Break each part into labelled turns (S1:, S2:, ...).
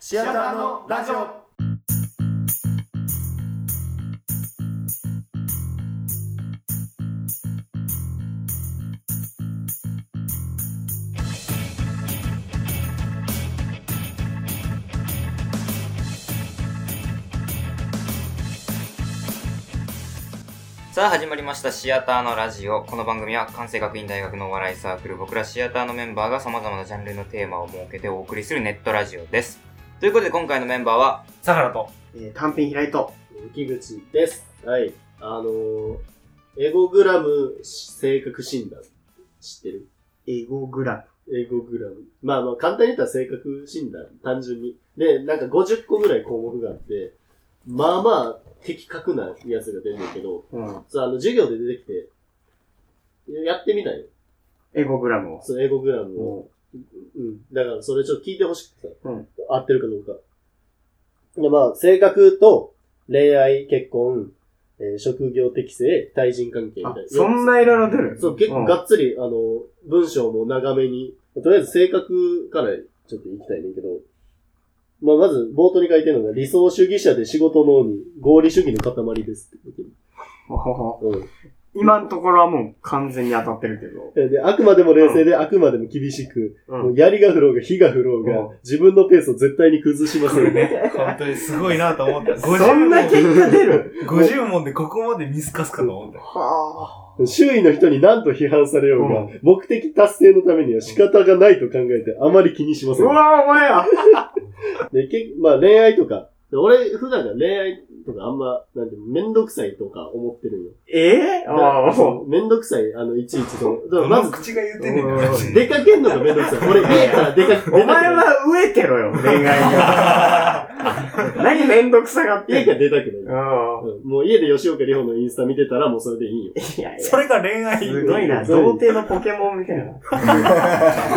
S1: シアターのラジオ
S2: さあ始まりましたシアターのラジオ。この番組は関西学院大学のお笑いサークル僕らシアターのメンバーが様々なジャンルのテーマを設けてお送りするネットラジオです。ということで今回のメンバーは、
S3: 相良と。
S1: えー単品開いと
S4: 雪口です。はい。あのー、エゴグラム性格診断。知ってる
S1: エゴグラ
S4: エゴグラム。まあまあ、簡単に言ったら性格診断。単純に。で、なんか50個ぐらい項目があって、まあまあ、的確なやつが出るんだけど、
S1: ム、うん、
S4: そうあの、授業で出てきて、やってみたいよ。
S1: エゴグラムを
S4: そのエゴグラムを。うん。だから、それちょっと聞いてほしくてさ。
S1: うん
S4: 合ってるかどうか。で、まあ、性格と、恋愛、結婚、えー職業適性、対人関係みたい
S1: あ
S4: な。
S1: そんないろいろ出る
S4: そう、結構
S1: ん
S4: がっつり、あの、文章も長めに、とりあえず性格からちょっといきたいねんけど、まあ、まず、冒頭に書いてるのが、理想主義者で仕事のに合理主義の塊ですって言ってる
S1: ほほほ
S4: うん。
S1: 今のところはもう完全に当たってるけど
S4: えで、あくまでも冷静で、あくまでも厳しく、
S1: うん
S4: もう槍が降ろうが火が降ろうが、
S1: う
S4: 自分のペースを絶対に崩しません。
S3: 本当にすごいなと思った。
S1: そんな結果出る
S3: ?50 問でここまで見透かすかと思った。
S1: はあ
S4: 周囲の人に何度批判されようが、
S1: う
S4: 目的達成のためには仕方がないと考えてあまり気にしませ。
S1: うんわお前や
S4: で、けまあ恋愛とか、で俺普段から恋愛とかあんま、なんていうのめんどくさいとか思ってるんよ。だ
S1: えー、
S4: から
S1: ああ
S4: めんどくさい、あの、いちいちと。だか
S3: ど
S4: らまず、
S3: の口が言ってんねんか
S1: う
S3: ら。
S1: ん
S4: 出かけんのがめんどくさい。俺家から出かけ、
S1: お前は飢えて ろよ、恋愛が。何めんどくさがっ
S4: 家
S1: てん
S4: から
S1: の
S4: 出たくない。
S1: う
S4: うんもう家で吉岡里帆のインスタ見てたらもうそれでいいよ。
S1: ん。いやい
S3: そ
S1: や、
S3: れが恋愛。
S1: すごいな。童貞のポケモンみたいな。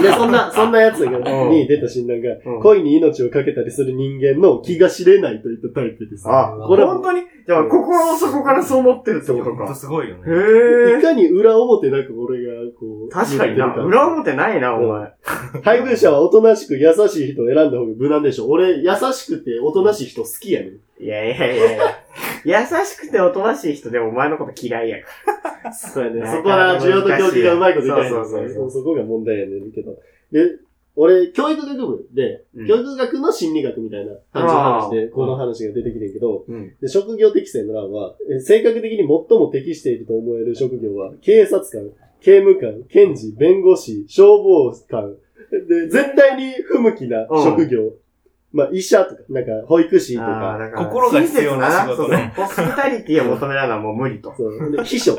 S4: で、そんな、そんなやつ
S1: う
S4: が
S1: ん
S4: に出た診断が、
S1: うん
S4: 恋に命をかけたりする人間の気が知れないといったタイプです。
S1: あ、
S4: これは
S1: 本当にじゃあ、心の底からそう思ってるってこと
S3: ほんと
S1: か。
S3: すごいよ
S1: へ
S3: ね。
S4: い
S1: え。
S4: かに裏表なく俺が、こう。
S1: 確かにな。
S4: 言ってる
S1: 裏表ないな、お前。
S4: 配偶者はおとなしく優しい人を選んだ方が無難でしょ。俺、優しくておとなしい人好きやねん。
S1: いやいやいやいや。優しくておとなしい人でもお前のこと嫌いやか
S4: そうやね。
S1: な
S4: そこは需要と供給がうまいこといかない。
S1: そうそうそうそう
S4: そこが問題やねんけど。で、俺、教育学部で、
S1: うん
S4: 教育学の心理学みたいな感じの話で、この話が出てきてんけど、
S1: ら。うん。
S4: で職業適性の欄は、え性格的に最も適していると思える職業は、警察官、刑務官、検事、弁護士、消防官、で、絶対に不向きな職業。まあ、医者とか、なんか、保育士と
S1: ああ、
S4: か、
S1: だから。
S3: 心が必要な仕事ね
S1: 親切だなそうそうホスピタリティを求められるのはもう無理と。
S4: そう、で秘書。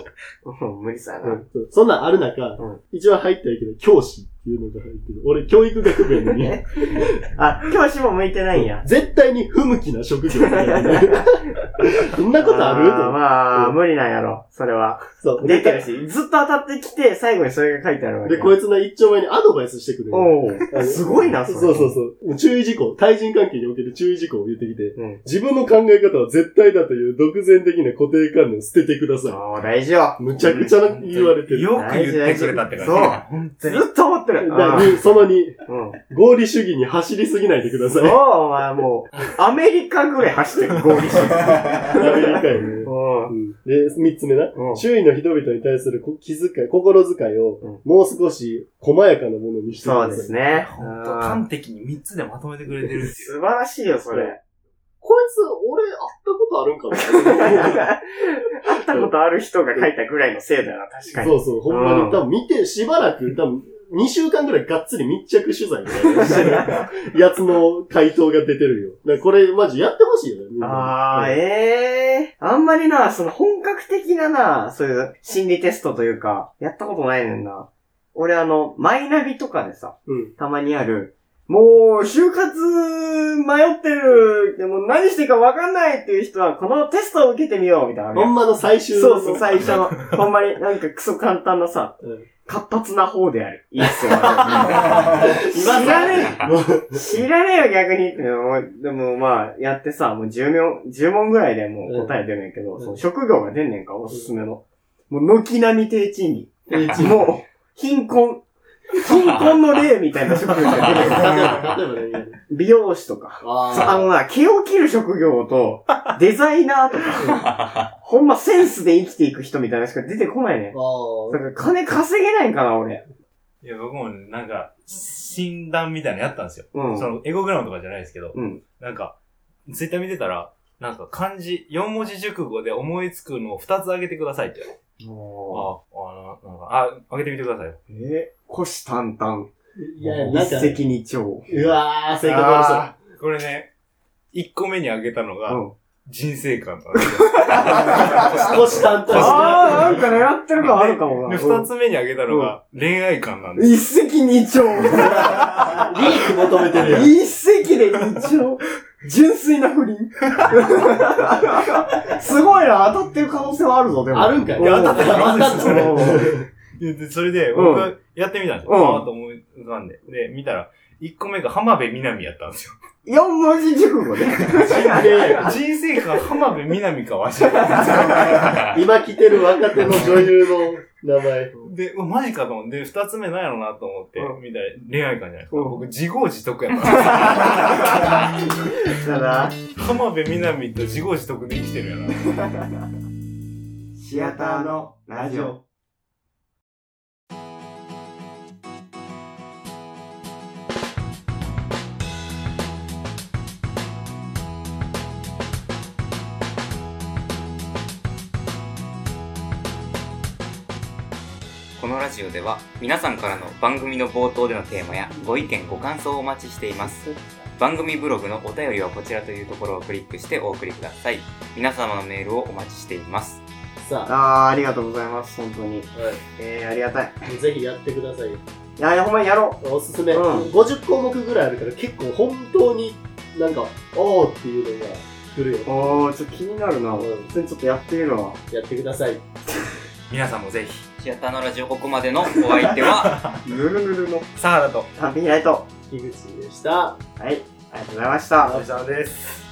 S1: うん無理さや
S4: う
S1: な。
S4: んそうそんなんある中、
S1: うん
S4: 一番入ってるけど、教師っていうのが入ってる。俺、教育学部やのに、
S1: あ、教師も向いて ないんや。
S4: 絶対に不向きな職業みたいな ね。そんなことある
S1: ー
S4: と
S1: まあ、
S4: うん
S1: 無理なんやろ。それは。
S4: そう。
S1: 出てる
S4: で、
S1: し、ずっと当たってきて、最後にそれが書いてあるわけ。
S4: でこいつの一丁前にアドバイスしてくれる。
S1: お
S4: あの
S1: うすごいな、
S4: そう
S1: れ
S4: そうそう。もう注意事項、対人関係における注意事項を言ってきて、
S1: うん。
S4: 自分の考え方は絶対だという独善的な固定観念を捨ててくださ
S1: そう、大事よ。
S4: い。むちゃくちゃな言われてる。
S3: よく言ってくれたって感じ。
S1: そう
S3: 本
S1: ず
S3: 当に。
S1: っと思ってる。
S4: だにその2、
S1: うん。
S4: 合理主義に走りすぎないでくださ
S1: そう、
S4: い。
S1: お前もう、アメリカぐらい走ってる、合理主義。
S4: アメリカやね
S1: うん。うん。
S4: うんで、3つ目な。周囲の人々に対するこ気遣い、心遣いを、もう少し細やかなものにしてくだ
S1: そ
S4: さ
S1: う
S4: い。
S1: ですね。
S3: 本当
S1: うん
S3: 端的に3つでまとめてくれてるっていう。
S1: 素晴らしいよ、それ。
S4: こいつ、俺、会ったことあるん かな
S1: 会ったことある人が書いたぐらいのせいだな、確かに。
S4: そうそう、ほんまに。多分見て、しばらく、多分2週間ぐらいがっつり密着取材みたいなのしてるやつの回答が出てるよ。だからこれ、マジやってほしいよねみんな。
S1: あー、ええー。あんまりな、その本格的なな、そういう心理テストというか、やったことないねんな。俺あの、マイナビとかでさ、
S4: うん
S1: たまにある、もう、就活迷ってる、でも何していいかわかんないっていう人は、このテストを受けてみよう、みたいなのあるや
S4: ほ
S1: ん。
S4: んまの最終
S1: そうそう、最初の。ほんまになんかクソ簡単なさ、
S4: うん
S1: 活発な方である。いいっすよ。あれ知らねえ知らねえよ、逆にって。もうでもまあ、やってさ、もう10問、10問ぐらいでもう答え出るんやけど、
S4: うん
S1: そう職業が出んねんか、おすすめの。もう、軒並み低賃金。
S4: 低賃金
S1: もう、貧困。貧困の例みたいな職業が出
S4: 例
S1: る
S4: え
S1: ん
S4: ば、例え
S1: や
S4: ば何
S1: 美容師とか。そうあ
S4: あ
S1: のな、毛を切る職業と、デザイナーとか、ほんまセンスで生きていく人みたいなしか出てこないね
S4: あ。ー
S1: だから金稼げないんかな、俺。
S3: いや、僕もねなんか、診断みたいなのやったんですよ。
S1: うん。
S3: その、エゴグラムとかじゃないですけど、
S1: うん
S3: なんか、ツイッター見てたら、なんか漢字、四文字熟語で思いつくのを二つ上げてくださいって言われて。あ、あななんか、あ、上げてみてくださいよ。
S1: え虎視眈々。
S4: いや、なんか、
S1: 一石二鳥。
S4: うわー、性格悪そう。
S3: あーこれね、一個目に上げたのが、
S1: うん
S3: 人生観なんです
S4: 少
S3: よ
S4: し淡々
S1: あー、なんか狙ってる感あるかも
S3: で、
S1: な。
S3: 二つ目に挙げたのが、恋愛観なんです。
S1: 一石二鳥。
S4: して。リーク求めてるやん。
S1: 一石で二鳥。純粋な不倫。すごいな、当たってる可能性はあるぞ、でも。
S4: あるんかい。
S1: う
S4: いや当たってる当たってる。
S3: ででそれで、
S1: うん
S3: 僕はやってみたんですよ。
S1: うん
S3: ああ、と思い浮かんで。で、見たら、一個目が浜辺美波やった んですよ。
S1: 四文字熟語で。
S3: 人生観浜辺美波かわしらない
S4: 今来てる若手の女優の名前。
S3: で、うわマジかと思って、で二つ目なんやろうなと思って
S1: う、
S3: 見たら恋愛観じゃないですか。
S1: うん
S3: 僕、自業自得 やから。
S1: だな。
S3: 浜辺美波と自業自得で生きてるやな。
S1: シアターのラジオ。
S2: このラジオでは皆さんからの番組の冒頭でのテーマやご意見ご感想をお待ちしています番組ブログのお便りはこちらというところをクリックしてお送りください皆様のメールをお待ちしています
S4: さ
S1: あー、ありがとうございます、本当に。
S4: あ、は
S1: えー、ありがたい。
S4: いぜひやってください。
S1: いやいや、ほんまにやろ
S4: おすすめ。
S1: うん
S4: 50項目ぐらいあるから結構本当になんか、おーっていうのが来るよ。
S1: う。おー、ちょっと気になるな。
S4: うん
S1: 普通にちょっとやってみるわ。
S4: やってください。
S3: 皆さんもぜひ、
S2: シアターのラジオここまでのお相手は
S1: ぬるぬるの。
S3: サハラと、
S1: ハッピーライト。
S4: 樋口でした。
S1: はい、ありがとうございました。
S3: 吉沢です。